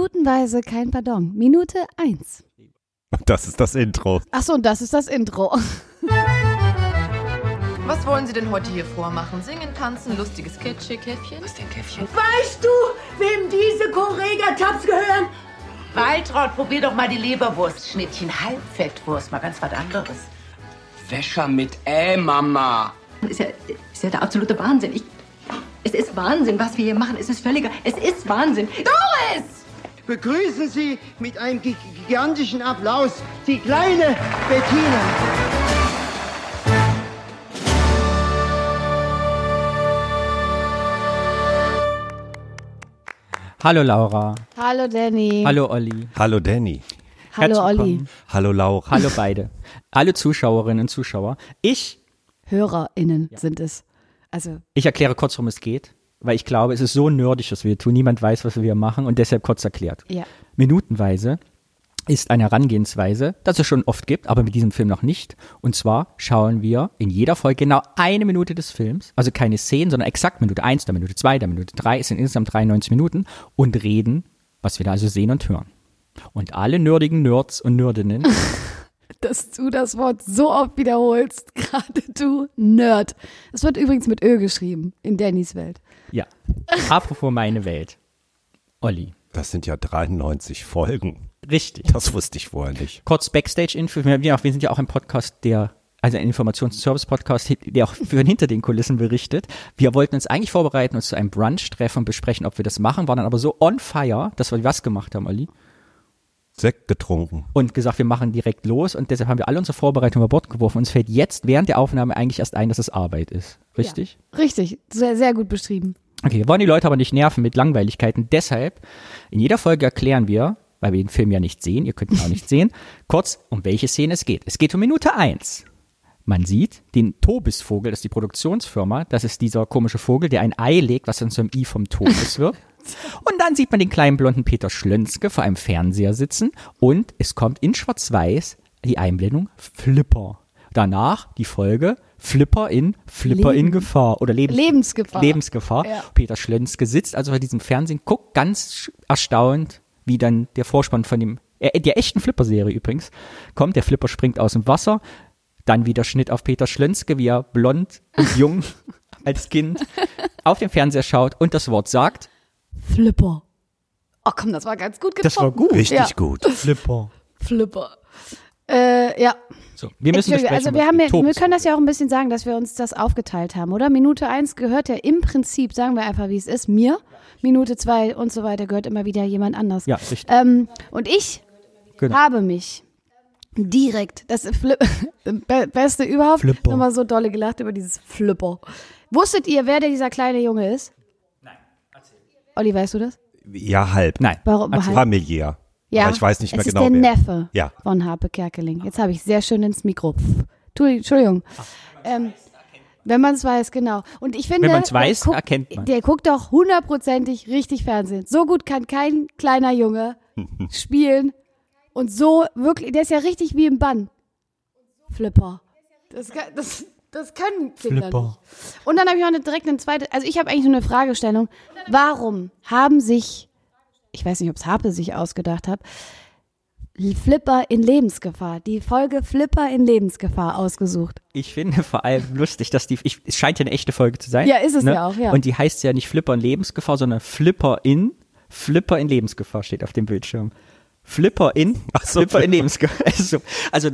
Minutenweise kein Pardon. Minute eins. Das ist das Intro. Achso, und das ist das Intro. Was wollen Sie denn heute hier vormachen? Singen, tanzen, lustiges Kätzchen, Käffchen? Was denn, Käffchen? Weißt du, wem diese Korega-Taps gehören? Waltraud, probier doch mal die Leberwurstschnittchen. Halbfettwurst, mal ganz was anderes. Wäscher mit Ä, Mama. Ist ja, ist ja der absolute Wahnsinn. Ich, es ist Wahnsinn, was wir hier machen. Es ist völliger. Es ist Wahnsinn. Doris! Begrüßen Sie mit einem gig- gigantischen Applaus die kleine Bettina. Hallo Laura. Hallo Danny. Hallo Olli. Hallo Danny. Hallo Herzlich Olli. willkommen. Hallo Laura. Hallo beide. Alle Zuschauerinnen und Zuschauer. Ich, HörerInnen sind es. Also, ich erkläre kurz, worum es geht, weil ich glaube, es ist so nerdig, was wir hier tun. Niemand weiß, was wir hier machen und deshalb kurz erklärt. ja. Minutenweise ist eine Herangehensweise, das es schon oft gibt, aber mit diesem Film noch nicht. Und zwar schauen wir in jeder Folge genau eine Minute des Films, also keine Szenen, sondern exakt Minute 1, der Minute 2, der Minute 3, es sind insgesamt 93 Minuten und reden, was wir da also sehen und hören. Und alle nerdigen Nerds und Nerdinnen Dass du das Wort so oft wiederholst, gerade du Nerd. Es wird übrigens mit Ö geschrieben in Dannys Welt. Ja. Apropos meine Welt. Olli. Das sind ja 93 Folgen. Richtig. Das wusste ich vorher nicht. Kurz Backstage-Info. Wir, wir wir sind ja auch ein Podcast, der, also ein Informations-Service-Podcast, der auch für hinter den Kulissen berichtet. Wir wollten uns eigentlich vorbereiten, uns zu einem Brunch treffen und besprechen, ob wir das machen, waren dann aber so on fire, dass wir was gemacht haben, Olli. Sekt getrunken. Und gesagt, wir machen direkt los und deshalb haben wir alle unsere Vorbereitungen über Bord geworfen. Uns fällt jetzt während der Aufnahme eigentlich erst ein, dass es Arbeit ist. Richtig? Ja. Richtig. Sehr, sehr gut beschrieben. Okay, wir wollen die Leute aber nicht nerven mit Langweiligkeiten. Deshalb, in jeder Folge erklären wir, weil wir den Film ja nicht sehen, ihr könnt ihn auch nicht sehen, kurz, um welche Szene es geht. Es geht um Minute eins. Man sieht den Tobisvogel, das ist die Produktionsfirma, das ist dieser komische Vogel, der ein Ei legt, was dann zum I vom Tobis wird. Und dann sieht man den kleinen blonden Peter Schlönske vor einem Fernseher sitzen und es kommt in Schwarz-Weiß die Einblendung Flipper. Danach die Folge Flipper in Flipper in Leben. Gefahr oder Lebens Lebensgefahr. Lebensgefahr. Ja. Peter Schlönske sitzt also bei diesem Fernsehen, guckt ganz sch- erstaunt, wie dann der Vorspann von dem, äh, der echten Flipper-Serie übrigens, kommt. Der Flipper springt aus dem Wasser. Dann wieder Schnitt auf Peter Schlönske, wie er blond und jung als Kind auf den Fernseher schaut und das Wort sagt. Flipper. Oh komm, das war ganz gut getroffen. Richtig Ja. gut. Flipper. Flipper. Äh, ja. So, wir müssen Entschuldige, besprechen. also was wir haben ja, wir Tobis- können das ja auch ein bisschen sagen, dass wir uns das aufgeteilt haben, oder? Minute 1 gehört ja im Prinzip, sagen wir einfach, wie es ist, mir. Minute 2 und so weiter gehört immer wieder jemand anders. Ja, richtig. Ähm, und ich Genau. habe mich direkt, das Flip, be- Beste überhaupt, Flipper. nochmal so dolle gelacht über dieses Flipper. Wusstet ihr, wer der dieser kleine Junge ist? Nein, erzähl. Olli, weißt du das? Ja, halb. Nein. Warum? Erzähl. Familiär. Aber ich weiß nicht mehr es genau ist der wer. Neffe Ja. von Harpe Kerkeling. Jetzt habe ich sehr schön ins Mikro. Pff, tu- Entschuldigung. Ähm, wenn man es weiß, genau. Und ich finde, Wenn man's der weiß, guckt- erkennt man. Der guckt auch hundertprozentig richtig Fernsehen. So gut kann kein kleiner Junge spielen. Und so wirklich, der ist ja richtig wie im Bann. Flipper. Das, kann- das, das können Kinder nicht. Und dann habe ich auch eine, direkt eine zweite, also ich habe eigentlich nur eine Fragestellung. Warum haben sich, ich weiß nicht, ob es Harpe sich ausgedacht hat, Flipper in Lebensgefahr, die Folge Flipper in Lebensgefahr ausgesucht? Ich finde vor allem lustig, dass die, ich, es scheint ja eine echte Folge zu sein. ne? Ja, ist es ja auch, ja. Und die heißt ja nicht Flipper in Lebensgefahr, sondern Flipper in, Flipper in Lebensgefahr steht auf dem Bildschirm. Flipper in, so, Flipper in Flipper. Lebensgefahr. Also, also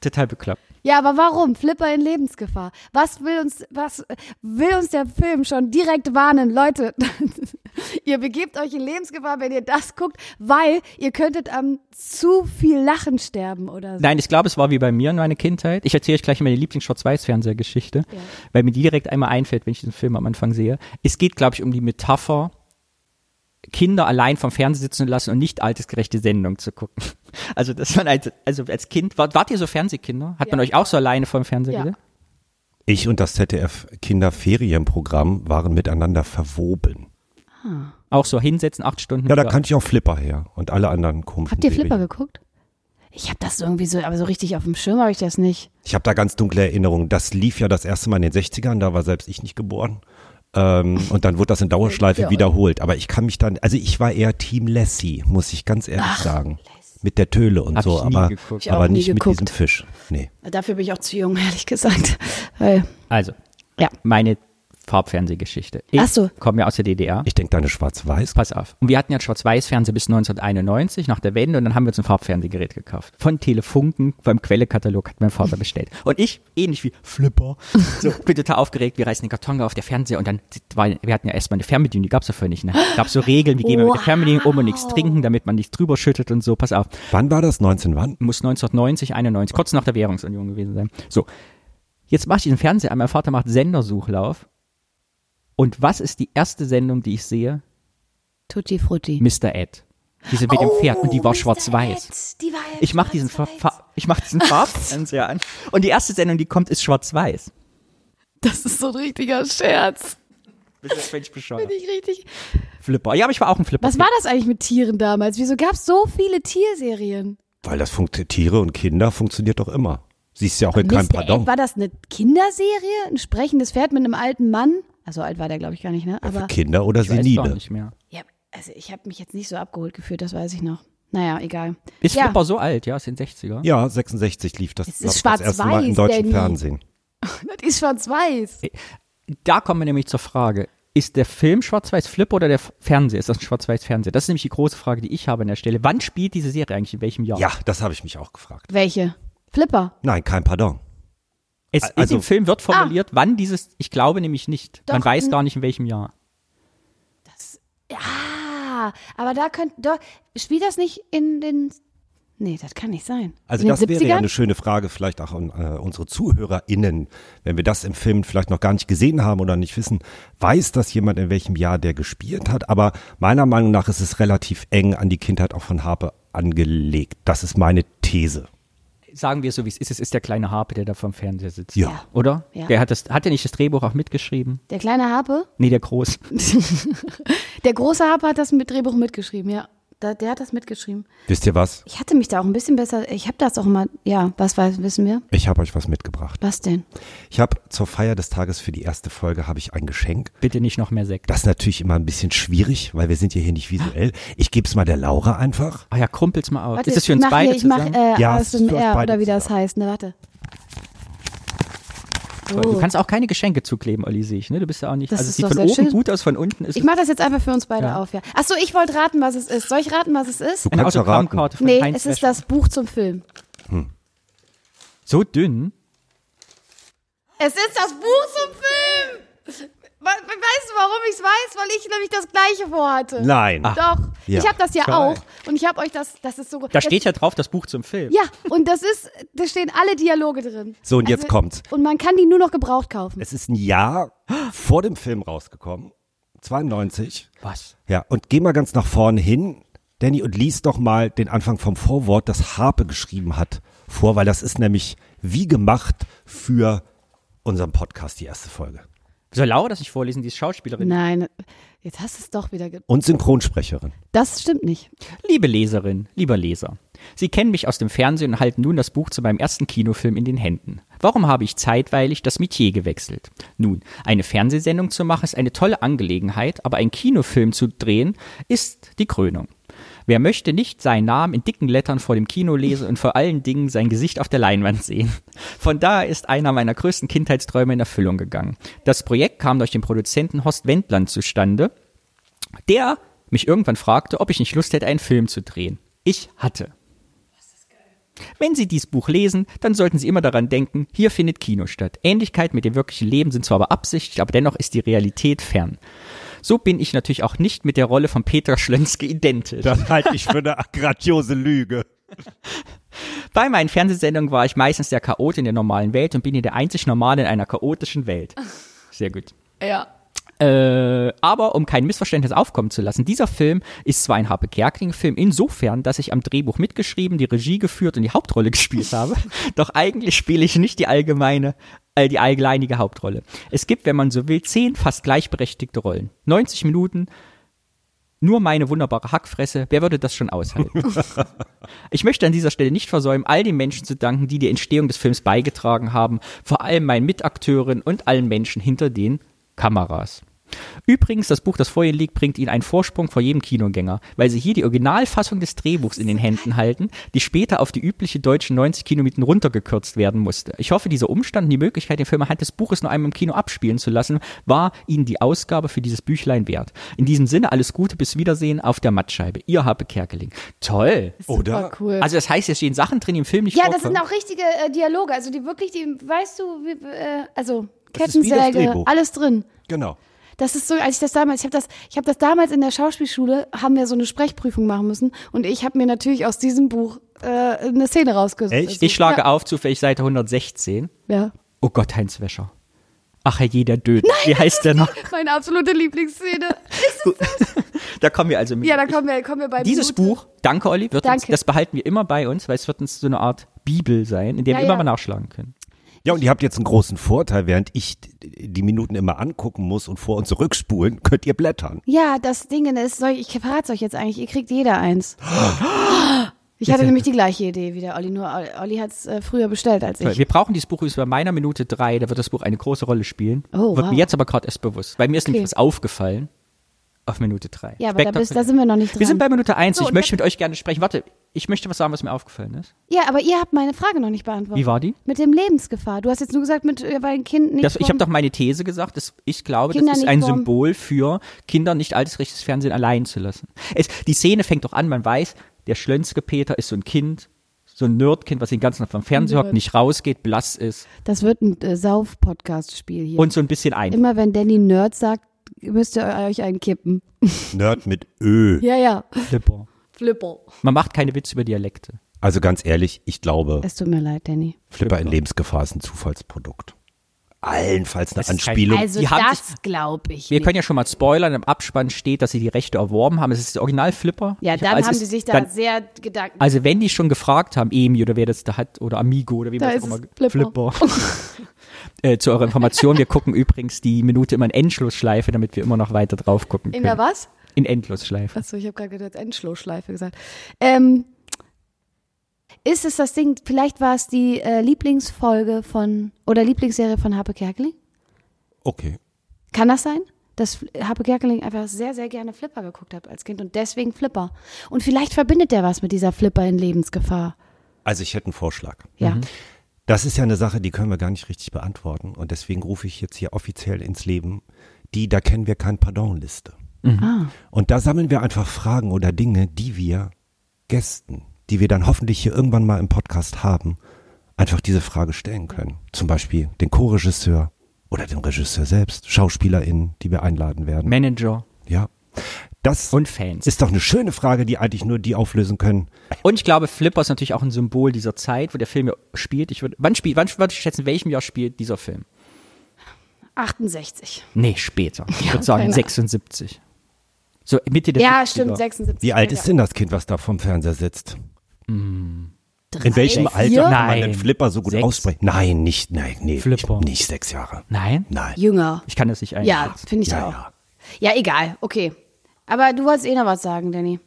total bekloppt. Ja, aber warum? Flipper in Lebensgefahr. Was will uns, was will uns der Film schon direkt warnen? Leute, ihr begebt euch in Lebensgefahr, wenn ihr das guckt, weil ihr könntet am zu viel Lachen sterben oder so. Nein, ich glaube, es war wie bei mir in meiner Kindheit. Ich erzähle euch gleich meine Lieblings-Schwarz-Weiß-Fernsehgeschichte, weil mir die direkt einmal einfällt, wenn ich diesen Film am Anfang sehe. Es geht, glaube ich, um die Metapher, Kinder allein vom Fernsehen sitzen zu lassen und nicht altersgerechte Sendungen zu gucken. Also, dass man als, also als Kind, wart, wart ihr so Fernsehkinder? Hat man euch auch so alleine vom Fernseher Ja. gesehen? Ich und das ZDF-Kinderferienprogramm waren miteinander verwoben. Auch so hinsetzen, acht Stunden. Ja, da wieder- kannte ich auch Flipper her und alle anderen komischen Habt ihr Hm, Flipper Serien. geguckt? Ich habe das irgendwie so, aber so richtig auf dem Schirm habe ich das nicht. Ich habe da ganz dunkle Erinnerungen. Das lief ja das erste Mal in den 60ern, da war selbst ich nicht geboren. Ähm, und dann wurde das in Dauerschleife wiederholt. Aber ich kann mich dann, also ich war eher Team Lassie, muss ich ganz ehrlich sagen. Mit der Töle und Hab so, ich nie aber, geguckt. Ich auch aber nie nicht geguckt. mit diesem Fisch. Nee. Dafür bin ich auch zu jung, ehrlich gesagt. Weil, Also, Ja. meine Farbfernsehgeschichte. Ich Ach so. komme ja aus der DDR. Ich denke, deine Schwarz-Weiß. Pass auf. Und wir hatten ja Schwarz-Weiß-Fernsehen bis 1991 nach der Wende und dann haben wir uns ein Farbfernsehgerät gekauft. Von Telefunken, beim Quellekatalog hat mein Vater bestellt. Und ich, ähnlich wie Flipper, so, bin total aufgeregt, wir reißen den Karton auf, der Fernseher und dann, war, wir hatten ja erstmal eine Fernbedienung, die gab's dafür nicht. Ne? Gab so Regeln, wie gehen wir mit der Fernbedienung um und nichts trinken, damit man nichts drüber schüttet und so. Pass auf Wann war das? 19 wann? muss 1990, 91, kurz nach der Währungsunion gewesen sein. So, jetzt mache ich den Fernseher an, mein Vater macht Sendersuchlauf. Und was ist die erste Sendung, die ich sehe? Tutti Frutti. Oh, Mr. Ed. Diese mit dem Pferd und die war schwarz-weiß. Die war ja Ich mache diesen, Fa Fa ich mach diesen Farbfernseher an. Und die erste Sendung, die kommt, ist schwarz-weiß. Das ist so ein richtiger Scherz. Das bin ich bescheuert. Nicht richtig. Flipper. Ja, aber ich war auch ein Flipper. Was war das eigentlich mit Tieren damals? Wieso gab es so viele Tierserien? Weil das funkt Tiere und Kinder funktioniert doch immer. Siehst ja auch in keinem Mr. Pardon. Ed, war das eine Kinderserie? Ein sprechendes Pferd mit einem alten Mann? Also alt war der, glaube ich, gar nicht, ne? Für Aber Kinder oder Ich weiß doch Senile. nicht mehr. ja, also ich habe mich jetzt nicht so abgeholt gefühlt, das weiß ich noch. Naja, egal. Ist ja. Flipper so alt? Ja, ist in den 60er. Ja, 66 lief das, Es ist glaub ich, das erste Mal im schwarz-weiß, deutschen Danny. Fernsehen. Die ist schwarz-weiß. Da kommen wir nämlich zur Frage, ist der Film schwarz-weiß Flip oder der F- Fernseher? Ist das ein schwarz-weiß Fernseher? Das ist nämlich die große Frage, die ich habe an der Stelle. Wann spielt diese Serie eigentlich? In welchem Jahr? Ja, das habe ich mich auch gefragt. Welche? Flipper. Nein, kein Pardon. es also- in dem Film wird formuliert, wann dieses, ich glaube nämlich nicht. Ah. Doch, Man weiß n- gar nicht, in welchem Jahr. Ah, aber da könnte. Doch, spielt das nicht in den. Nee, das kann nicht sein. Also in das den wäre ja 70ern? eine schöne Frage vielleicht auch an äh, unsere ZuhörerInnen, wenn wir das im Film vielleicht noch gar nicht gesehen haben oder nicht wissen, weiß das jemand, in welchem Jahr der gespielt hat, aber meiner Meinung nach ist es relativ eng an die Kindheit auch von Harpe angelegt. Das ist meine These. Sagen wir es so, wie es ist. Es ist der kleine Harpe, der da vom Fernseher sitzt. Ja. Ja. Oder? Ja. Der hat, das, hat der nicht das Drehbuch auch mitgeschrieben? Der kleine Harpe? Nee, der Groß. Der große Harpe hat das mit Drehbuch mitgeschrieben, ja. Da, der hat das mitgeschrieben. Wisst ihr was? Ich hatte mich da auch ein bisschen besser. Ich habe das auch mal. Ja, was weiß, wissen wir? Ich habe euch was mitgebracht. Was denn? Ich habe zur Feier des Tages für die erste Folge habe ich ein Geschenk. Bitte nicht noch mehr Sekt. Das ist natürlich immer ein bisschen schwierig, weil wir sind ja hier nicht visuell. Ich gebe es mal der Laura einfach. Ah ja, krumpel's mal auf. Warte, ist das ich für uns mach beide hier, ich mach, zusammen? äh, Ja, es ist für uns ASMR beide oder wie das heißt. Ne, warte. Du kannst auch keine Geschenke zukleben, Olli, sehe ich. Ne? Du bist ja auch nicht. äh, oh. Das also es ist sieht doch von sehr oben schön. gut aus, von unten ist Ich es mache das jetzt einfach für uns beide Ja. auf, ja. Achso, ich wollte raten, was es ist. Soll ich raten, was es ist? Du eine kannst ja raten. Autogrammkarte von Nee, Heinz es ist Wäschler. das Buch zum Film. So dünn. Es ist das Buch zum Film! We- Weißt du, warum ich es weiß? Weil ich nämlich das gleiche vorhatte. Nein. Doch. Ja. Ich habe das ja Toll. auch. Und ich habe euch das, das ist so gut. Da steht ja drauf, das Buch zum Film. Ja, und das ist, da stehen alle Dialoge drin. So, und jetzt kommt's. Und man kann die nur noch gebraucht kaufen. Es ist ein Jahr vor dem Film rausgekommen. 92. Was? Ja, und geh mal ganz nach vorne hin, Danny, und lies doch mal den Anfang vom Vorwort, das Harpe geschrieben hat, vor, weil das ist nämlich wie gemacht für unseren Podcast, die erste Folge. Soll Laura das nicht vorlesen? Die ist Schauspielerin. Nein, jetzt hast du es doch wieder. Ge Und Synchronsprecherin. das stimmt nicht. Liebe Leserin, lieber Leser, Sie kennen mich aus dem Fernsehen und halten nun das Buch zu meinem ersten Kinofilm in den Händen. Warum habe ich zeitweilig das Metier gewechselt? Nun, eine Fernsehsendung zu machen ist eine tolle Angelegenheit, aber einen Kinofilm zu drehen ist die Krönung. Wer möchte nicht seinen Namen in dicken Lettern vor dem Kino lesen und vor allen Dingen sein Gesicht auf der Leinwand sehen? Von daher ist einer meiner größten Kindheitsträume in Erfüllung gegangen. Das Projekt kam durch den Produzenten Horst Wendland zustande, der mich irgendwann fragte, ob ich nicht Lust hätte, einen Film zu drehen. Ich hatte. Wenn Sie dieses Buch lesen, dann sollten Sie immer daran denken, hier findet Kino statt. Ähnlichkeiten mit dem wirklichen Leben sind zwar beabsichtigt, aber dennoch ist die Realität fern. So bin ich natürlich auch nicht mit der Rolle von Peter Schlönske identisch. Das halte ich für eine grandiose Lüge. Bei meinen Fernsehsendungen war ich meistens der Chaot in der normalen Welt und bin hier der einzig Normale in einer chaotischen Welt. Sehr gut. Ja. Äh, aber um kein Missverständnis aufkommen zu lassen, dieser Film ist zwar ein Harpe Kerkeling-Film insofern, dass ich am Drehbuch mitgeschrieben, die Regie geführt und die Hauptrolle gespielt habe, doch eigentlich spiele ich nicht die allgemeine, äh, die alleinige Hauptrolle. Es gibt, wenn man so will, zehn fast gleichberechtigte Rollen. 90 Minuten, nur meine wunderbare Hackfresse, wer würde das schon aushalten? Ich möchte an dieser Stelle nicht versäumen, all den Menschen zu danken, die die Entstehung des Films beigetragen haben, vor allem meinen Mitakteuren und allen Menschen hinter den Kameras. Übrigens, das Buch, das vor ihnen liegt, bringt ihnen einen Vorsprung vor jedem Kinogänger, weil sie hier die Originalfassung des Drehbuchs in den Händen halten, die später auf die übliche deutsche 90 Kilometer runtergekürzt werden musste. Ich hoffe, dieser Umstand und die Möglichkeit, den Film anhand des Buches nur einmal im Kino abspielen zu lassen, war ihnen die Ausgabe für dieses Büchlein wert. In diesem Sinne, alles Gute, bis Wiedersehen auf der Mattscheibe. Ihr Habe Kerkeling. Toll. Oder? Super cool. Also das heißt, es stehen Sachen drin, die im Film nicht Äh, ja, das vorkommen. sind auch richtige äh, Dialoge, also die wirklich, die, weißt du, wie, äh, also Das ist wie das Kettensäge, Drehbuch. alles drin. Genau. Das ist so, als ich das damals, ich habe das, ich habe das damals in der Schauspielschule, haben wir so eine Sprechprüfung machen müssen und ich habe mir natürlich aus diesem Buch äh, eine Szene rausgesucht. Echt? ich schlage ja, auf, zufällig Seite 116. Ja. Oh Gott, Heinz Wäscher. Ach, Herr jeder Död. Wie heißt der noch? Meine absolute Lieblingsszene. Da kommen wir also mit. Ja, da kommen wir, kommen wir bei Dieses Minute. Buch, danke Olli, wird Uns, Danke. das behalten wir immer bei uns, weil es wird uns so eine Art Bibel sein, in der Ja, wir immer ja. mal nachschlagen können. Ja, und ihr habt jetzt einen großen Vorteil, während ich die Minuten immer angucken muss und vor und zurückspulen, könnt ihr blättern. Ja, das Ding ist, soll ich, ich verrate euch jetzt eigentlich, ihr kriegt jeder eins. Ich hatte nämlich die gleiche Idee wie der Olli, nur Olli- Olli hat es äh, früher bestellt als Toll. ich. Wir brauchen dieses Buch übrigens bei meiner Minute drei, da wird das Buch eine große Rolle spielen. Oh, wird wow. mir jetzt aber gerade erst bewusst, weil mir ist nämlich Okay. was aufgefallen auf Minute drei. Ja, aber da, bist, da Spektakulär. sind wir noch nicht dran. wir sind bei Minute eins. So, ich und möchte mit euch gerne sprechen. Warte, ich möchte was sagen, was mir aufgefallen ist. ja, aber ihr habt meine Frage noch nicht beantwortet. Wie war die? Mit dem Lebensgefahr. Du hast jetzt nur gesagt, mit, äh, weil ein Kind nicht Das, ich habe vom- doch meine These gesagt, dass ich glaube, Kinder das ist nicht ein vorm- Symbol für Kinder nicht altersrechtes Fernsehen allein zu lassen. Es, die Szene fängt doch an, man weiß, der Schlönske Peter ist so ein Kind, so ein Nerdkind, was den ganzen Tag vom Fernseher hockt, nicht rausgeht, blass ist Das wird ein äh, Sauf-Podcast-Spiel hier. und so ein bisschen ein. Immer wenn Danny Nerd sagt, müsst ihr euch einen kippen. Nerd mit Ö. Ja, ja. Flipper. Flipper. Man macht keine Witze über Dialekte. Also ganz ehrlich, ich glaube, Es tut mir leid, Danny. Flipper in Lebensgefahr ist ein Zufallsprodukt. Allenfalls eine Das ist kein- Anspielung. Also die haben das glaube ich Wir nicht. können ja schon mal spoilern, im Abspann steht, dass sie die Rechte erworben haben. Es ist das Original Flipper. Ja, Ich dann also haben es- die sich da dann- sehr Gedanken. Also wenn die schon gefragt haben, Emi oder wer das da hat oder Amigo oder wie Da man das ist auch es immer Flipper. äh, zu eurer Information, wir gucken übrigens die Minute immer in Endschlussschleife, damit wir immer noch weiter drauf gucken in der können. was? In Endlosschleife. Achso, ich habe gerade gedacht, Endschlussschleife gesagt. Ähm, ist es das Ding, vielleicht war es die äh, Lieblingsfolge von oder Lieblingsserie von Harpe Kerkeling? okay. Kann das sein? Dass Fl- Harpe Kerkeling einfach sehr, sehr gerne Flipper geguckt hat als Kind und deswegen Flipper. Und vielleicht verbindet der was mit dieser Flipper in Lebensgefahr. Also ich hätte einen Vorschlag. Ja. Mhm. Das ist ja eine Sache, die können wir gar nicht richtig beantworten. Und deswegen rufe ich jetzt hier offiziell ins Leben die, da kennen wir kein Pardon-Liste. Mhm. Und da sammeln wir einfach Fragen oder Dinge, die wir Gästen, die wir dann hoffentlich hier irgendwann mal im Podcast haben, einfach diese Frage stellen können. Zum Beispiel den Co-Regisseur oder den Regisseur selbst, SchauspielerInnen, die wir einladen werden. Manager Ja. Das und Fans. ist doch eine schöne Frage, die eigentlich nur die auflösen können. Und ich glaube, Flipper ist natürlich auch ein Symbol dieser Zeit, wo der Film ja spielt. Ich würde, wann spielt, wann würde ich schätzen, in welchem Jahr spielt dieser Film? 68. Nee, später. Ich würde sagen keine 76. So Mitte der Ja, 70er. stimmt, 76. Wie alt ist ja. denn das Kind, was da vorm Fernseher sitzt? In welchem vier? Alter kann man Nein. den Flipper so gut Sechs. aussprechen? Nein, nicht, nein, nee, Flipper. Ich, nicht sechs Jahre. Nein? Nein. Jünger. Ich kann das nicht einschätzen. Ja, finde ich Ja, auch. ja. ja, egal. Okay. Aber du wolltest eh noch was sagen, Danny.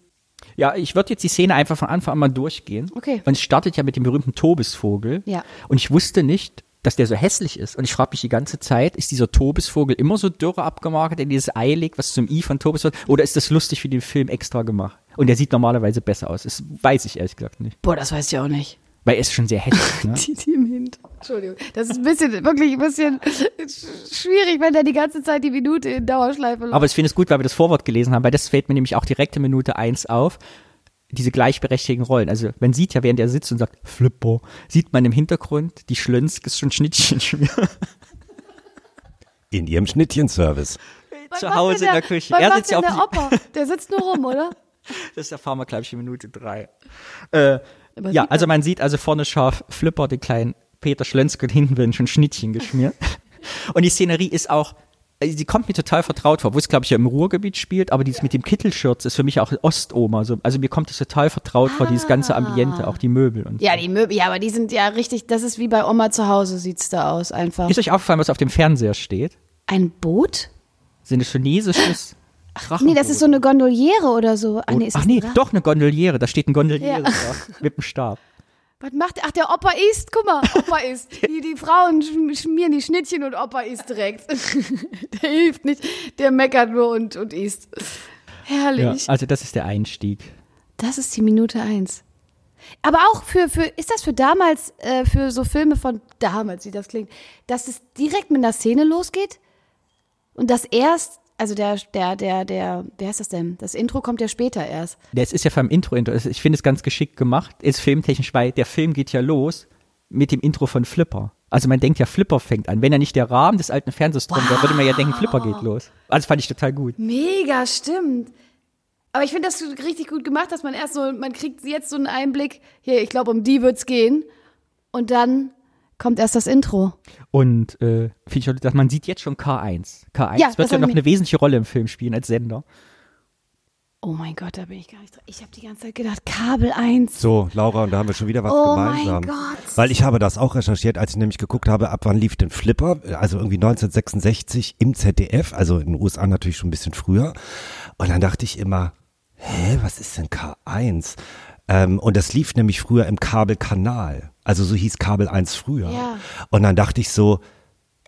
Ja, ich würde jetzt die Szene einfach von Anfang an mal durchgehen. Okay. Und es startet ja mit dem berühmten Tobisvogel. Ja. Und ich wusste nicht, dass der so hässlich ist. Und ich frage mich die ganze Zeit, ist dieser Tobisvogel immer so dürre abgemarket in dieses Eilig, was zum I von Tobis wird? Oder ist das lustig für den Film extra gemacht? Und der sieht normalerweise besser aus. Das weiß ich ehrlich gesagt nicht. Boah, das weiß ich auch nicht. Weil er ist schon sehr hässlich. Ne? Die, die im Hint. Entschuldigung. Das ist ein bisschen, wirklich ein bisschen sch- schwierig, wenn da die ganze Zeit die Minute in Dauerschleife läuft. Aber ich finde es gut, weil wir das Vorwort gelesen haben, weil das fällt mir nämlich auch direkt in Minute 1 auf. Diese gleichberechtigten Rollen. Also man sieht ja, während er sitzt und sagt, Flippo, sieht man im Hintergrund, die Schlönsk ist schon Schnittchen schon wieder. In ihrem Schnittchen-Service. Was zu macht Hause denn in der Küche. Was Er macht sitzt denn ja der auf Opa? Der sitzt nur rum, oder? Das erfahren wir, glaube ich, in Minute drei. Äh, Aber ja, sieht also man sieht also vorne scharf Flipper, den kleinen Peter Schlönske und hinten werden schon Schnittchen geschmiert. und die Szenerie ist auch, also sie kommt mir total vertraut vor, wo es, glaube ich, ja im Ruhrgebiet spielt, aber dieses mit dem Kittelschürz ist für mich auch Ostoma. So. Also mir kommt das total vertraut vor, dieses ganze Ambiente, auch die Möbel. Und Ah. Ja, die Möbel, ja, aber die sind ja richtig, das ist wie bei Oma zu Hause, sieht's da aus einfach. Ist euch aufgefallen, was auf dem Fernseher steht? Ein Boot? Sind es chinesisches Ach, Nee, das ist so eine Gondoliere oder so. Ah, nee, ist Ach das nee, ein Drache? doch eine Gondoliere, da steht ein Gondoliere Ja. drauf, mit dem Stab. Was macht Ach, der Opa isst, guck mal, Opa isst. Die, die Frauen schm- schmieren die Schnittchen und Opa isst direkt. der hilft nicht, der meckert nur und, und isst. Ja, Herrlich. also das ist der Einstieg. Das ist die Minute eins. Aber auch für, für ist das für damals, äh, für so Filme von damals, wie das klingt, dass es direkt mit einer Szene losgeht und das erst, also der, der, der, der, wer ist das denn? Das Intro kommt ja später erst. Das ist ja vom Intro, Intro. Es- Ich finde es ganz geschickt gemacht. Ist filmtechnisch, weil der Film geht ja los mit dem Intro von Flipper. Also man denkt ja, Flipper fängt an. Wenn er nicht der Rahmen des alten Fernsehs drin wäre, würde man ja denken, Flipper geht los. Also fand ich total gut. Mega, stimmt. Aber ich finde das richtig gut gemacht, dass man erst so, man kriegt jetzt so einen Einblick, hier, ich glaube, um die wird's gehen. Und dann kommt erst das Intro. Und äh, finde ich auch, dass man sieht jetzt schon K1. K1 Ja, das wird ja hab noch ich mir- eine wesentliche Rolle im Film spielen als Sender. Oh mein Gott, da bin ich gar nicht dran. Ich habe die ganze Zeit gedacht, Kabel 1. So, Laura, und da haben wir schon wieder was Oh mein gemeinsam. Gott. Weil ich habe das auch recherchiert, als ich nämlich geguckt habe, ab wann lief denn Flipper? Also irgendwie 1966 im ZDF, also in den USA natürlich schon ein bisschen früher. Und dann dachte ich immer, hä, was ist denn K1? Ähm, und das lief nämlich früher im Kabelkanal. Also so hieß Kabel 1 früher. Ja. Und dann dachte ich so,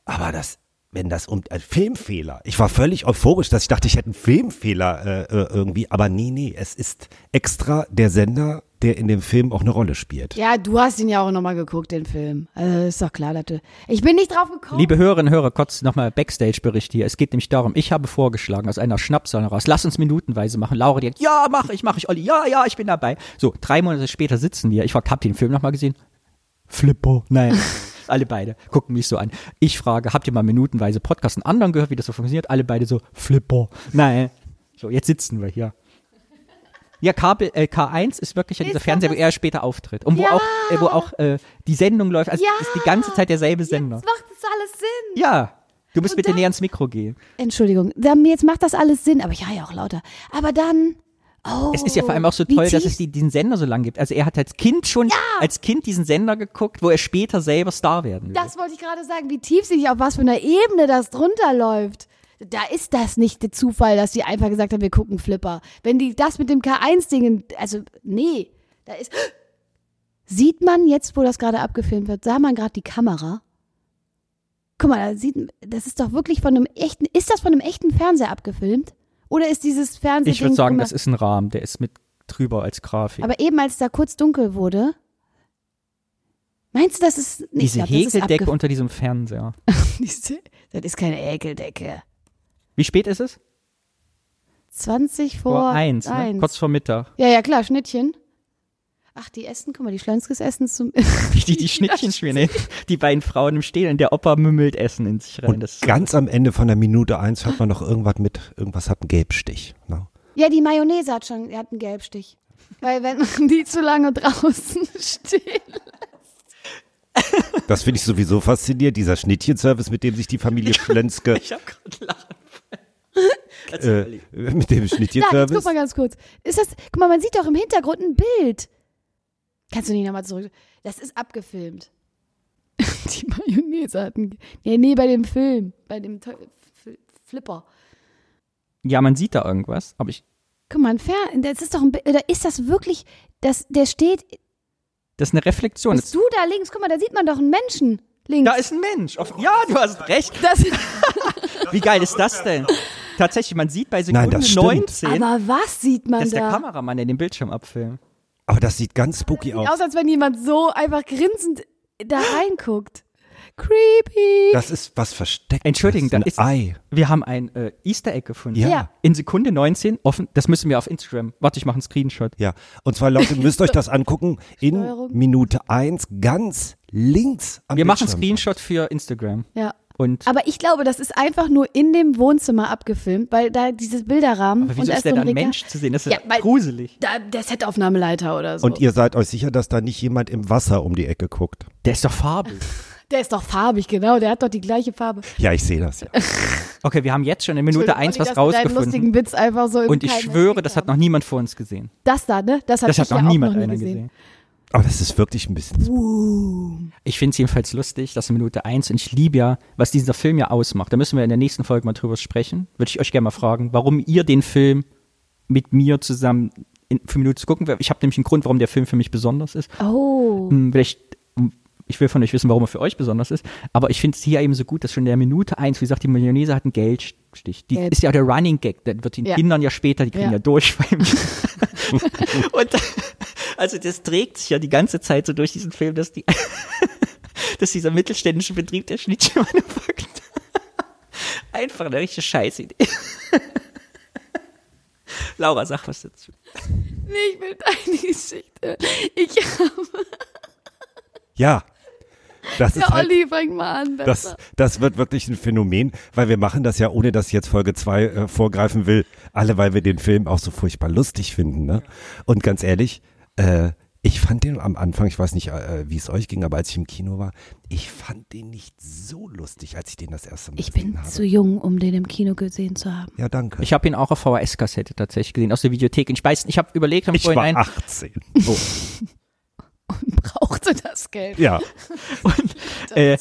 aber das, wenn das um ein Filmfehler. Ich war völlig euphorisch, dass ich dachte, ich hätte einen Filmfehler äh, äh, irgendwie. Aber nee, nee, es ist extra der Sender, der in dem Film auch eine Rolle spielt. Ja, du hast ihn ja auch nochmal geguckt, den Film. Also ist doch klar, dass du. Ich bin nicht drauf gekommen. Liebe Hörerinnen und Hörer, kurz nochmal Backstage-Bericht hier. Es geht nämlich darum, ich habe vorgeschlagen, aus einer Schnapsonne raus, lass uns minutenweise machen. Laura, die hat, ja, mach ich, mach ich, Olli, ja, ja, ich bin dabei. So, drei Monate später sitzen wir. Ich frag, habt ihr den Film nochmal gesehen? Flippo, nein. Alle beide gucken mich so an. Ich frage, habt ihr mal minutenweise Podcast einen anderen gehört, wie das so funktioniert? Alle beide so, Flippo, nein. So, jetzt sitzen wir hier. Ja, Kabel, äh, K1 ist wirklich ja dieser Ist Fernseher, wo das- er später auftritt. Und wo Ja. auch, äh, wo auch äh, die Sendung läuft. Also Ja. ist die ganze Zeit derselbe Sender. Jetzt macht das alles Sinn. Ja. Du musst Und bitte dann- näher ans Mikro gehen. Entschuldigung, dann, jetzt macht das alles Sinn, aber ich war ja auch lauter. Aber dann. Oh, Es ist ja vor allem auch so wie toll, dass tief- es die, diesen Sender so lang gibt. Also er hat als Kind schon als Kind diesen Sender geguckt, wo er später selber Star werden will. Das wollte ich gerade sagen, wie tiefsinnig, auf was für einer Ebene das drunter läuft. Da ist das nicht der Zufall, dass die einfach gesagt haben, wir gucken Flipper. Wenn die das mit dem K1-Ding, also nee, da ist. Sieht man jetzt, wo das gerade abgefilmt wird, sah man gerade die Kamera? Guck mal, da sieht, das ist doch wirklich von einem echten, ist das von einem echten Fernseher abgefilmt? Oder ist dieses Fernsehding? ich würde sagen, guck mal, das ist ein Rahmen, der ist mit drüber als Grafik. Aber eben, als da kurz dunkel wurde, meinst du, das ist nee, ich Diese glaub, das ist Häkeldecke abgef- unter diesem Fernseher. Siehste? Das ist keine Ekeldecke. Wie spät ist es? 20 vor, eins, Ne? eins. kurz vor Mittag. Ja, ja, klar, Schnittchen. Ach, die essen, guck mal, die Schlönskes essen zum. Wie die, die Schnittchen schmieren. Die beiden Frauen im Stehen und der Opa mümmelt Essen in sich rein. Und Das ist so- ganz am Ende von der Minute eins hört man noch irgendwas mit, irgendwas hat einen Gelbstich. Ne? ja, die Mayonnaise hat schon, hat einen Gelbstich. Weil wenn man die zu lange draußen steht. Das finde ich sowieso faszinierend, dieser Schnittchenservice, mit dem sich die Familie Schlenske, ich hab gerade lachen. äh, mit dem Da, jetzt guck Schnittchenservice. mal ganz kurz. Ist das, guck mal, man sieht doch im Hintergrund ein Bild. Kannst du nicht nochmal zurück? Das ist abgefilmt. Die Mayonnaise hat einen. Nee, nee, bei dem Film. Bei dem Teu- F- Flipper. Ja, man sieht da irgendwas, aber ich, Guck mal, ein Fer das ist doch ein Bi- oder ist das wirklich, das, der steht, das ist eine Reflexion. bist du da links? Guck mal, da sieht man doch einen Menschen links. Da ist ein Mensch. Auf- Ja, du hast recht. das, Wie geil ist das denn? Tatsächlich, man sieht bei Sekunde Nein, das stimmt. 19, aber was sieht man dass der da? Kameramann in den Bildschirm abfilmt. Aber das sieht ganz spooky aus. Aus, als wenn jemand so einfach grinsend da Ah. reinguckt. Creepy. Das ist was versteckt. Entschuldigung, da ein ist Ei. Wir haben ein äh, Easter Egg gefunden. Ja. Ja. In Sekunde 19 offen. Das müssen wir auf Instagram. Warte, ich mache einen Screenshot. Ja, und zwar Leute, müsst euch das angucken in Steuerung. Minute eins ganz links am Wir machen einen Bildschirm. Screenshot für Instagram. ja. Und Aber ich glaube, das ist einfach nur in dem Wohnzimmer abgefilmt, weil da dieses Bilderrahmen aber und wieso da ist denn so da ein ein Regal- Mensch zu sehen? Das ist Ja, weil- gruselig. Da, der Set-Aufnahmeleiter oder so. Und ihr seid euch sicher, dass da nicht jemand im Wasser um die Ecke guckt? Der ist doch farbig. der ist doch farbig, genau. Der hat doch die gleiche Farbe. Ja, ich sehe das. Ja. Okay, wir haben jetzt schon in Minute 1 Entschuldigung, was Olli, dass wir deinen rausgefunden. lustigen Witz einfach so im Und ich Keim schwöre, erzählt das haben. hat noch niemand vor uns gesehen. Das da, ne? Das hat, Das hat ich ja noch auch niemand noch nie einer gesehen. gesehen. Aber das ist wirklich ein bisschen. Ich finde es jedenfalls lustig, dass in Minute 1, und ich liebe ja, was dieser Film ja ausmacht, da müssen wir in der nächsten Folge mal drüber sprechen, würde ich euch gerne mal fragen, warum ihr den Film mit mir zusammen in fünf Minuten zu gucken. weil Ich habe nämlich einen Grund, warum der Film für mich besonders ist. Oh. Hm, Vielleicht, hm, ich will von euch wissen, warum er für euch besonders ist, aber ich finde es hier eben so gut, dass schon in der Minute eins, wie gesagt, die Mayonnaise hat einen Geldstich. Die Geld. ist ja auch der Running Gag, dann wird den Ja. Kindern ja später, die kriegen ja, Ja. durch. Und also das trägt sich ja die ganze Zeit so durch diesen Film, dass die dass dieser mittelständische Betrieb der Schnittchenmanufaktur einfach eine richtige Scheißidee. Laura, sag was dazu. Nee, ich will deine Geschichte. Ich habe. Ja. Das ist Ja, halt, Olli, fang mal an. das, Besser. das wird wirklich ein Phänomen, weil wir machen das ja, ohne dass ich jetzt Folge 2 äh, vorgreifen will, alle, weil wir den Film auch so furchtbar lustig finden. Ne? Und ganz ehrlich, äh, ich fand den am Anfang, ich weiß nicht, äh, wie es euch ging, aber als ich im Kino war, ich fand den nicht so lustig, als ich den das erste Mal ich gesehen bin habe. zu jung, um den im Kino gesehen zu haben. ja, danke. Ich habe ihn auch auf VHS-Kassette tatsächlich gesehen, aus der Videothek. Ich weiß, ich habe überlegt am Ich war Oh, Vorhinein, 18. So, Brauchte das Geld. ja. äh,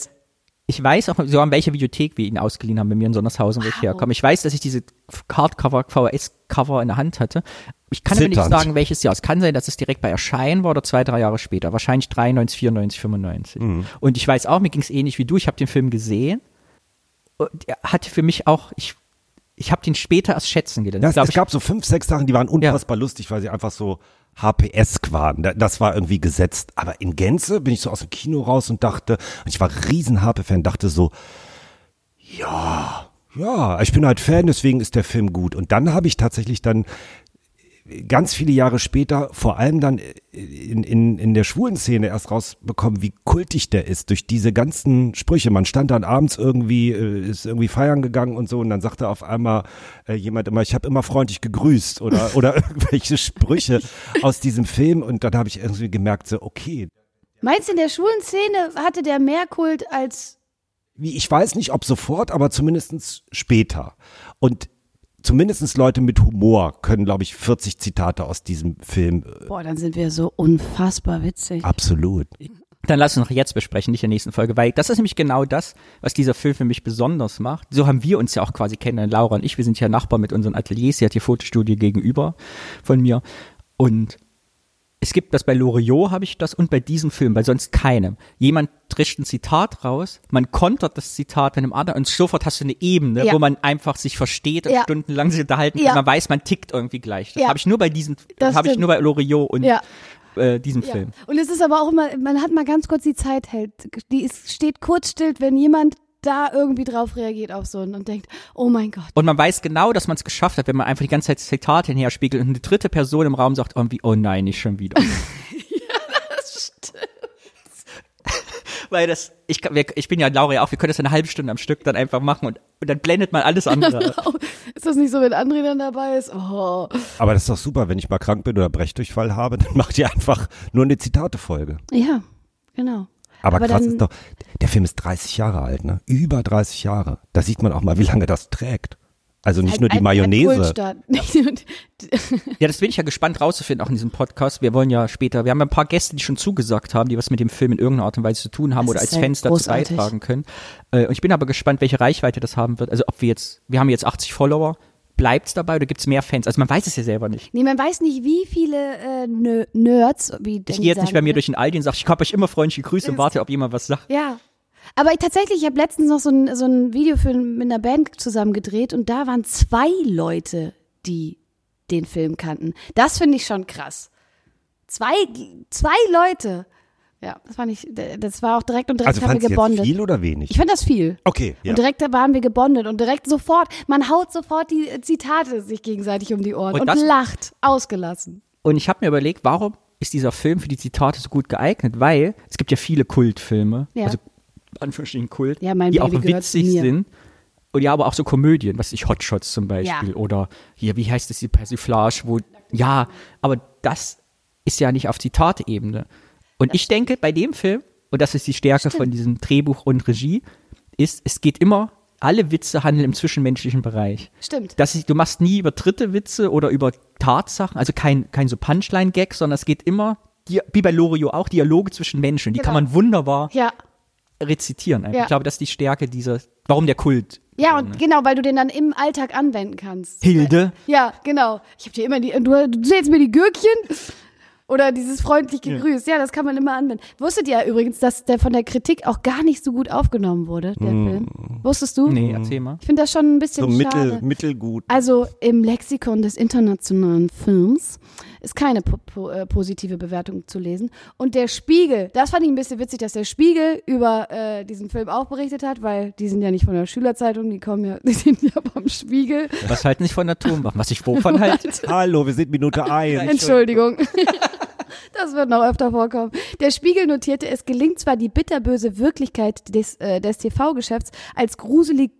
ich weiß auch so an welcher Videothek wir ihn ausgeliehen haben bei mir in Sondershausen, wo ich herkomme. Ich weiß, dass ich diese Hardcover, VHS-Cover in der Hand hatte. Ich kann aber nicht Zitternd. sagen, welches Jahr. Es kann sein, dass es direkt bei Erscheinen war oder zwei, drei Jahre später. Wahrscheinlich 93, 94, 95. Mhm. Und ich weiß auch, mir ging es ähnlich wie du. Ich habe den Film gesehen und er hatte für mich auch, ich, ich habe den später erst schätzen gelernt. Das, Glaub es gab so fünf, sechs Sachen, die waren unfassbar lustig, weil sie einfach so HPS waren. Da- Das war irgendwie gesetzt. Aber in Gänze bin ich so aus dem Kino raus und dachte, und ich war riesen Harpe-Fan, dachte so, ja, ja, ich bin halt Fan, deswegen ist der Film gut. Und dann habe ich tatsächlich dann ganz viele Jahre später, vor allem dann äh, in, in, in der schwulen Szene erst rausbekommen, wie kultig der ist durch diese ganzen Sprüche. Man stand dann abends irgendwie, äh, ist irgendwie feiern gegangen und so und dann sagte auf einmal äh, jemand immer, ich habe immer freundlich gegrüßt oder, oder irgendwelche Sprüche aus diesem Film und dann habe ich irgendwie gemerkt, so okay, Meinst du, in der schwulen Szene hatte der mehr Kult als. wie ich weiß nicht, ob sofort, aber zumindestens später. Und zumindestens Leute mit Humor können, glaube ich, 40 Zitate aus diesem Film. äh, Boah, dann sind wir so unfassbar witzig. Absolut. Dann lass uns noch jetzt besprechen, nicht in der nächsten Folge, weil das ist nämlich genau das, was dieser Film für mich besonders macht. So haben wir uns ja auch quasi kennengelernt, Laura und ich. Wir sind ja Nachbarn mit unseren Ateliers. Sie hat ihr Fotostudio gegenüber von mir. Und es gibt das bei Loriot, habe ich das, und bei diesem Film, bei sonst keinem. Jemand trischt ein Zitat raus, man kontert das Zitat mit einem anderen und sofort hast du eine Ebene, Ja. wo man einfach sich versteht und Ja. stundenlang sich unterhalten Ja. kann. Man weiß, man tickt irgendwie gleich. Das Ja. habe ich nur bei diesem, Das habe ich stimmt. nur bei Loriot und Ja. äh, diesem Film. Und es ist aber auch immer, man hat mal ganz kurz die Zeit hält. Die ist, steht kurz still, wenn jemand da irgendwie drauf reagiert auf so einen und denkt, oh mein Gott. Und man weiß genau, dass man es geschafft hat, wenn man einfach die ganze Zeit Zitate hinher spiegelt und eine dritte Person im Raum sagt irgendwie, oh nein, nicht schon wieder. Weil das, ich, kann- wir, ich bin ja Laura ja auch, wir können das eine halbe Stunde am Stück dann einfach machen und, und dann blendet man alles andere. Ist das nicht so, wenn André dann dabei ist? Oh. Aber das ist doch super, wenn ich mal krank bin oder Brechdurchfall habe, dann macht ihr einfach nur eine Zitatefolge. Ja, genau. Aber, Aber krass dann- ist doch, der Film ist 30 Jahre alt, ne? Über 30 Jahre. Da sieht man auch mal, wie lange das trägt. Also nicht nur die Ein- ein Mayonnaise. Kultstart. Nicht nur die- ja, das bin ich ja gespannt rauszufinden, auch in diesem Podcast. Wir wollen ja später, wir haben ja ein paar Gäste, die schon zugesagt haben, die was mit dem Film in irgendeiner Art und Weise zu tun haben Das oder ist als ja Fans dazu großartig. beitragen können. Äh, und ich bin aber gespannt, welche Reichweite das haben wird. Also ob wir jetzt, wir haben jetzt 80 Follower, bleibt's dabei oder gibt's mehr Fans? Also man weiß es ja selber nicht. Nee, man weiß nicht, wie viele äh, Nö- Nerds, wie Ich gehe jetzt nicht bei mir durch den Aldi und sage, ich habe euch immer freundliche Grüße und warte, ob jemand was sagt. Ja. Aber ich, tatsächlich, ich habe letztens noch so ein, so ein Video für, mit einer Band zusammen gedreht und da waren zwei Leute, die den Film kannten. Das finde ich schon krass. Zwei, zwei Leute. Ja, das fand ich, das war auch direkt und direkt Also haben fandst wir du jetzt gebondet. viel oder wenig? Ich fand das viel. Okay, ja. Und direkt da waren wir gebondet und direkt sofort, man haut sofort die äh, Zitate sich gegenseitig um die Ohren Und und, das- lacht, ausgelassen. Und ich habe mir überlegt, warum ist dieser Film für die Zitate so gut geeignet? Weil es gibt ja viele Kultfilme, Ja. also Anführungsstrichen Kult, Ja, mein die Baby auch gehört witzig mir. sind. Und ja, aber auch so Komödien, was ich Hot Shots zum Beispiel Ja. oder hier, wie heißt es, die Persiflage, wo, ja, aber das ist ja nicht auf Zitatebene. Und ich denke, bei dem Film, und das ist die Stärke von diesem Drehbuch und Regie, ist, es geht immer, alle Witze handeln im zwischenmenschlichen Bereich. Stimmt. dass ich, du machst nie über dritte Witze oder über Tatsachen, also kein, kein so Punchline-Gag, sondern es geht immer, Dia- wie bei Lorio auch, Dialoge zwischen Menschen. Die kann Genau. man wunderbar Ja. rezitieren. einfach. Ja. Ich glaube, das ist die Stärke dieser, warum der Kult. Ja, und genau, weil du den dann im Alltag anwenden kannst. Hilde. Ja, genau. Ich habe dir immer die, du, du zählst mir die Gürkchen oder dieses freundlich gegrüßt. Ja. das kann man immer anwenden. Wusstet ihr übrigens, dass der von der Kritik auch gar nicht so gut aufgenommen wurde, der Film? Wusstest du? Nee, erzähl mal. Ich finde das schon ein bisschen So mittel, schade. mittelgut. Also im Lexikon des internationalen Films ist keine po po äh, positive Bewertung zu lesen. Und der Spiegel, das fand ich ein bisschen witzig, dass der Spiegel über äh, diesen Film auch berichtet hat, weil die sind ja nicht von der Schülerzeitung, die kommen ja, die sind ja vom Spiegel. Was halten sich von der Turmbach? Was ich wovon halte? Also Hallo, wir sind Minute eins. Entschuldigung. Das wird noch öfter vorkommen. Der Spiegel notierte, es gelingt zwar die bitterböse Wirklichkeit des, äh, des TV-Geschäfts als gruselige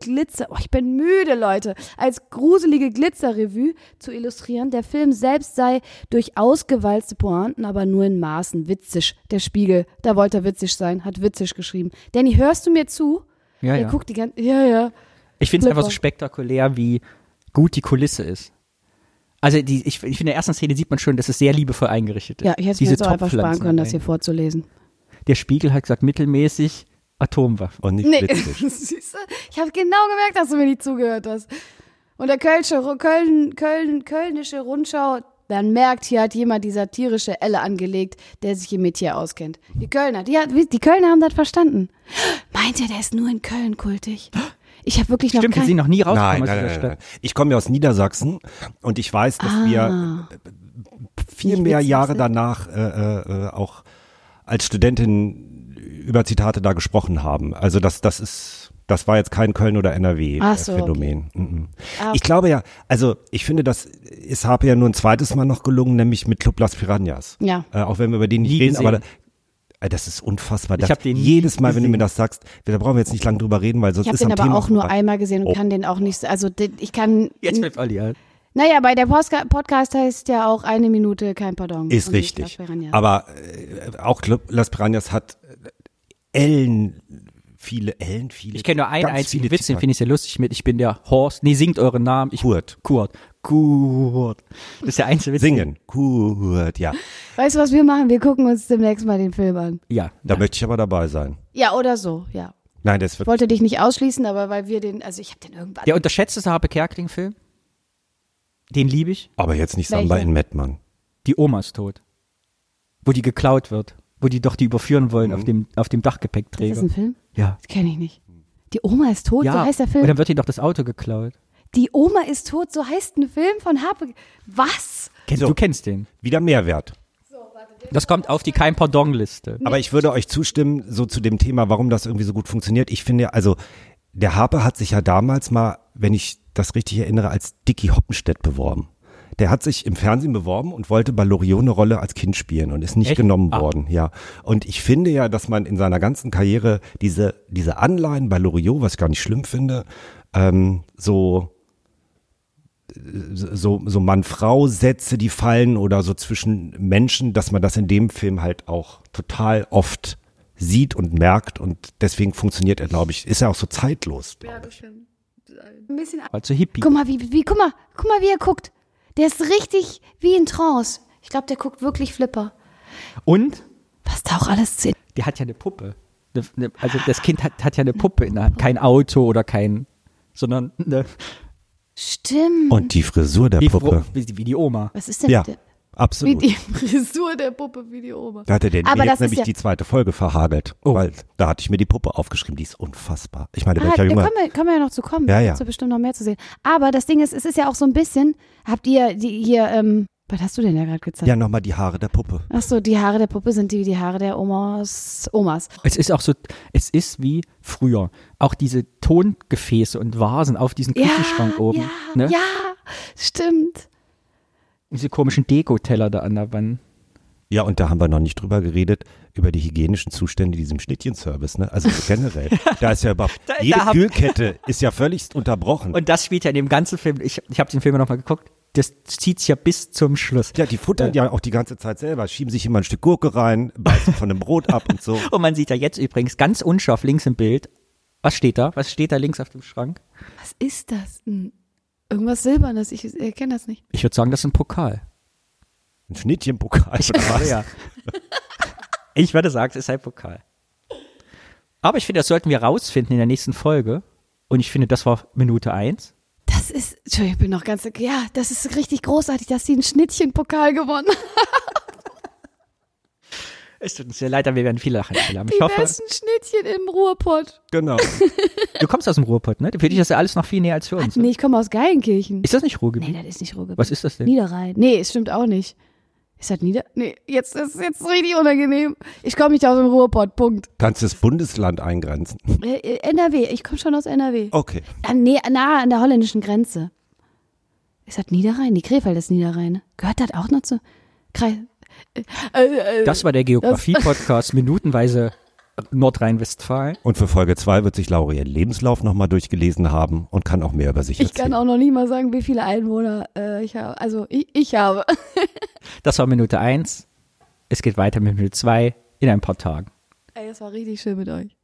Glitzer, oh, ich bin müde, Leute, als gruselige Glitzer-Revue zu illustrieren. Der Film selbst sei durch ausgewalzte Pointen, aber nur in Maßen witzig. Der Spiegel, da wollte er witzig sein, hat witzig geschrieben. Danny, hörst du mir zu? Ja, Der ja. guckt die ganze, ja, ja. Ich finde es einfach so Flipper. spektakulär, wie gut die Kulisse ist. Also die, ich, ich finde, in der ersten Szene sieht man schon, dass es sehr liebevoll eingerichtet ist. Ja, ich hätte mir Diese jetzt auch einfach sparen Topfpflanzen können, das hier allein. vorzulesen. Der Spiegel hat gesagt, mittelmäßig Atomwaffen. Und nicht Nee, witzig. Siehste? ich habe genau gemerkt, dass du mir nicht zugehört hast. Und der Kölsche, Köln, Köln, Kölnische Rundschau, dann merkt, hier hat jemand die satirische Elle angelegt, der sich im Metier auskennt. Die Kölner, die, hat, die Kölner haben das verstanden. Meint ihr, der ist nur in Köln kultig? Ich habe wirklich noch Stimmt, wir kein... sind noch nie rausgekommen Nein, aus nein, dieser nein, nein. Stadt. Ich komme ja aus Niedersachsen und ich weiß, dass Ah. wir äh, viel Nicht mehr witzig Jahre sind. danach äh, äh, auch als Studentin über Zitate da gesprochen haben. Also das, das ist, das war jetzt kein Köln oder NRW Ach so, äh, Phänomen. Mhm. Ah, Ich glaube ja, also ich finde, das ist habe ja nur ein zweites Mal noch gelungen, nämlich mit Club Las Piranhas. Ja. Äh, auch wenn wir über den nicht Nie reden, gesehen. aber da- äh, das ist unfassbar. Das, hab den nie jedes Mal, wenn du mir gesehen. das sagst, da brauchen wir jetzt nicht lange drüber reden, weil sonst ich habe ist den am aber Thema auch nur vorbei. einmal gesehen und Oh. kann den auch nicht, also den- ich kann, Jetzt wird Olli alt. naja, bei der Postka- Podcast heißt ja auch eine Minute kein Pardon. Ist Und Also ich richtig. glaub, Piranhas. Aber äh, auch Club Las Piranhas hat äh, Ellen viele, Ellen viele. Ich kenne nur einen ganz einzigen viele Witz, den TikTok- finde ich sehr lustig mit, ich bin der Horst. Nee, singt euren Namen. Ich, Kurt. Kurt. Kurt. Das ist der einzige Witz. Singen. Gut, ja. Weißt du, was wir machen? Wir gucken uns demnächst mal den Film an. Ja. Da möchte ich aber dabei sein. Ja, oder so, ja. Nein, das Ich wird. wollte dich nicht ausschließen, aber weil wir den, also ich habe den irgendwann. Der unterschätzteste Harpe Kerkeling-Film, den liebe ich. Aber jetzt nicht Samba Welcher? in Mettmann. Die Oma ist tot. Wo die geklaut wird. Wo die doch die überführen wollen Mhm. auf, dem, auf dem Dachgepäckträger. das ist ein Film? Ja. Das kenne ich nicht. Die Oma ist tot, ja. so heißt der Und Film. dann wird ihnen doch das Auto geklaut. Die Oma ist tot, so heißt ein Film von Harpe. Was? Kennst, So. Du kennst den. Wieder Mehrwert. Das kommt auf die Kein-Pardon-Liste. Aber ich würde euch zustimmen, so zu dem Thema, warum das irgendwie so gut funktioniert. Ich finde, also der Harpe hat sich ja damals mal, wenn ich das richtig erinnere, als Dicky Hoppenstedt beworben. Der hat sich im Fernsehen beworben und wollte bei Loriot eine Rolle als Kind spielen und ist nicht Echt? genommen Ah. worden, ja. Und ich finde ja, dass man in seiner ganzen Karriere diese, diese Anleihen bei Loriot, was ich gar nicht schlimm finde, ähm, so so, so Mann-Frau-Sätze, die fallen oder so zwischen Menschen, dass man das in dem Film halt auch total oft sieht und merkt und deswegen funktioniert er, glaube ich, ist er auch so zeitlos. glaub ich. Ein bisschen. Also Hippie. Guck mal, wie, wie, guck mal, guck mal, wie er guckt. Der ist richtig wie in Trance. Ich glaube, der guckt wirklich Flipper. Und Was da auch alles zählt. die hat ja eine Puppe. Ne- ne- Also das Kind hat, hat ja eine Puppe in der Hand. Kein Auto oder kein, sondern eine, Stimmt. Und die Frisur der wie, Puppe. wie, wie die Oma. Was ist denn Ja, der, wie absolut. die Frisur der Puppe, wie die Oma? Da hat er den, Aber das mir jetzt ist nämlich ja- Oh. die zweite Folge verhagelt, weil da hatte ich mir die Puppe aufgeschrieben, die ist unfassbar. Ich meine, Ah, welcher da Junge? können wir, können wir ja noch zu kommen. Ja, Da ja. gibt's bestimmt noch mehr zu sehen. Aber das Ding ist, es ist ja auch so ein bisschen, habt ihr die hier, ähm, was hast du denn da gerade gezeigt? Ja, nochmal die Haare der Puppe. Ach so, die Haare der Puppe sind die wie die Haare der Omas. Omas. Es ist auch so, es ist wie früher. Auch diese Tongefäße und Vasen auf diesem Ja, Küchenschrank oben. ja, ne? ja, stimmt. Diese komischen Dekoteller da an der Wand. Ja, und da haben wir noch nicht drüber geredet, über die hygienischen Zustände in diesem Schnittchenservice, ne? Also generell. da ist ja überhaupt, Da- jede da hab- Kühlkette ist ja völlig unterbrochen. Und das spielt ja in dem ganzen Film, ich, ich habe den Film ja nochmal geguckt, das zieht's ja bis zum Schluss. ja, die futtern ja auch die ganze Zeit selber, schieben sich immer ein Stück Gurke rein, beißen von einem Brot ab und so. Und man sieht ja jetzt übrigens ganz unscharf links im Bild, was steht da? Was steht da links auf dem Schrank? Was ist das? Hm, Irgendwas Silbernes, ich erkenne das nicht. Ich würde sagen, das ist ein Pokal. Ein Schnittchenpokal. oder was? Ich würde sagen, es ist ein Pokal. Aber ich finde, das sollten wir rausfinden in der nächsten Folge. Und ich finde, das war Minute eins. Das ist, Entschuldigung, ich bin noch ganz, ja, das ist richtig großartig, dass sie einen Schnittchenpokal gewonnen hat. Es tut uns sehr leid, aber wir werden viele Lachanfälle haben. Die Ich hoffe, besten Schnittchen im Ruhrpott. Genau. du kommst aus dem Ruhrpott, ne? Für dich ist ja alles noch viel näher als für uns. Nee, ich komme aus Geilenkirchen. Ist das nicht Ruhrgebiet? Nee, das ist nicht Ruhrgebiet. Was ist das denn? Niederrhein. Nee, es stimmt auch nicht. Ist das Nieder... Nee, jetzt ist jetzt richtig unangenehm. Ich komme nicht aus dem Ruhrpott, Punkt. Kannst das Bundesland eingrenzen. Äh, äh, NRW, ich komme schon aus NRW. Okay. Ah, nee, nahe an der holländischen Grenze. Ist das Niederrhein? Die Krefeld ist Niederrhein. ne? Gehört das auch noch zu... Kreis... Äh, äh, äh, Das war der Geografie-Podcast minutenweise Nordrhein-Westfalen. Und für Folge 2 wird sich Laura ihren Lebenslauf nochmal durchgelesen haben und kann auch mehr über sich ich erzählen. kann auch noch nie mal sagen, wie viele Einwohner äh, ich habe. Also, ich, ich habe. Das war Minute eins. Es geht weiter mit Minute zwei in ein paar Tagen. Ey, das war richtig schön mit euch.